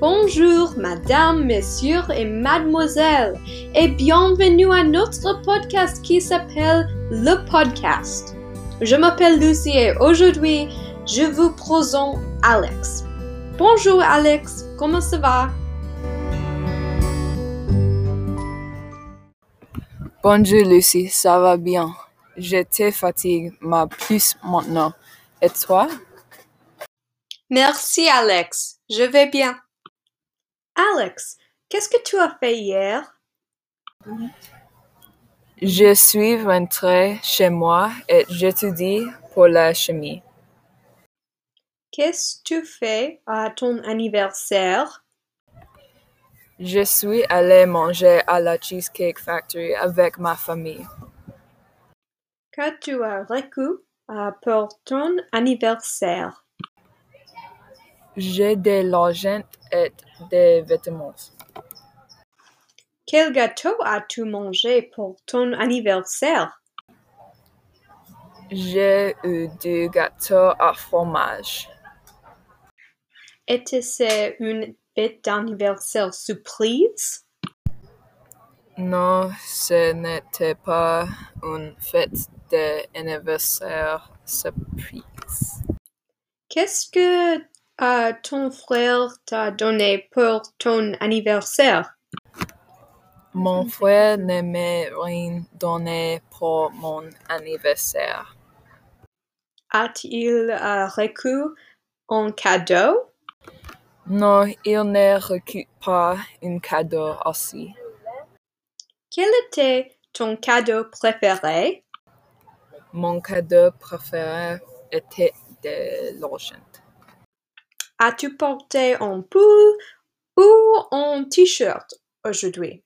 Bonjour, madame, messieurs et mademoiselle, et bienvenue à notre podcast qui s'appelle Le Podcast. Je m'appelle Lucie et aujourd'hui, je vous présente Alex. Bonjour Alex, comment ça va? Bonjour Lucie, ça va bien. J'étais fatiguée, mais plus maintenant. Et toi? Merci Alex, je vais bien. Alex, qu'est-ce que tu as fait hier? Je suis rentrée chez moi et j'étudie pour la chimie. Qu'est-ce que tu fais à ton anniversaire? Je suis allée manger à la Cheesecake Factory avec ma famille. Qu'as-tu reçu euh, pour ton anniversaire? J'ai des logettes et des vêtements. Quel gâteau as-tu mangé pour ton anniversaire? J'ai eu du gâteau à fromage. Était-ce une fête d'anniversaire surprise? Non, ce n'était pas une fête d'anniversaire surprise. Qu'est-ce que euh, ton frère t'a donné pour ton anniversaire? Mon frère ne m'a rien donné pour mon anniversaire. A-t-il euh, reçu un cadeau? Non, il ne recule pas un cadeau aussi. Quel était ton cadeau préféré? Mon cadeau préféré était des logettes. As-tu porté un pull ou un t-shirt aujourd'hui?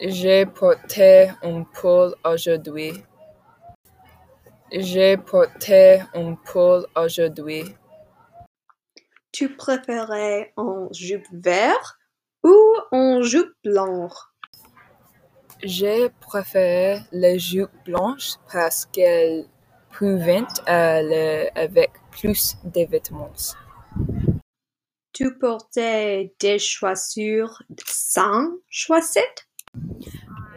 J'ai porté un pull aujourd'hui. J'ai porté un pull aujourd'hui. Tu préférais un jupe vert ou un jupe blanche? J'ai préféré les jupes blanches parce qu'elles préventent euh, le- avec plus de vêtements. Tu portais des chaussures sans chaussettes?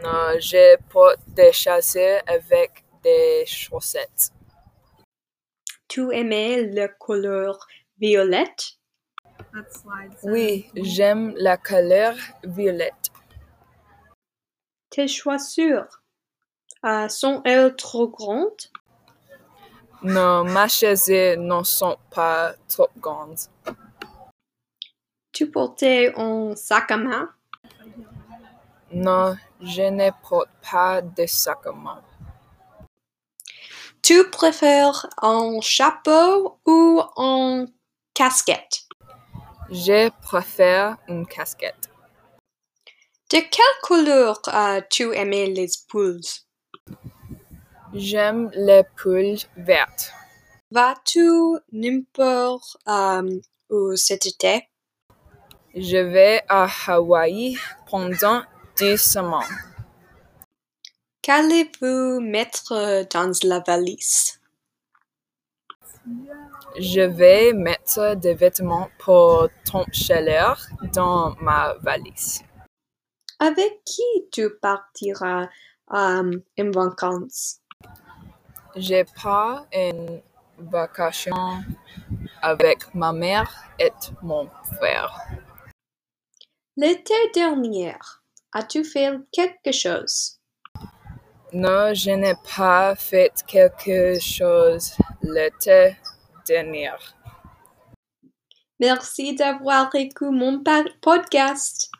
Non, je porte des chasseurs avec des chaussettes. Tu aimais la couleur violette? Oui, j'aime la couleur violette. Tes chaussures euh, sont-elles trop grandes? Non, ma chaussure ne sont pas trop grandes. Tu portais un sac à main? Non, je ne porte pas de sac à main. Tu préfères un chapeau ou un casquette? Je préfère une casquette. De quelle couleur euh, tu aimais les poules? J'aime les poules vertes. Vas-tu n'importe euh, où cet été? Je vais à Hawaï pendant deux semaines. Qu'allez-vous mettre dans la valise? Je vais mettre des vêtements pour ton chaleur dans ma valise. Avec qui tu partiras euh, en vacances? Je pars en vacation avec ma mère et mon frère. L'été dernier, as-tu fait quelque chose? Non, je n'ai pas fait quelque chose l'été dernier. Merci d'avoir écouté mon pa- podcast.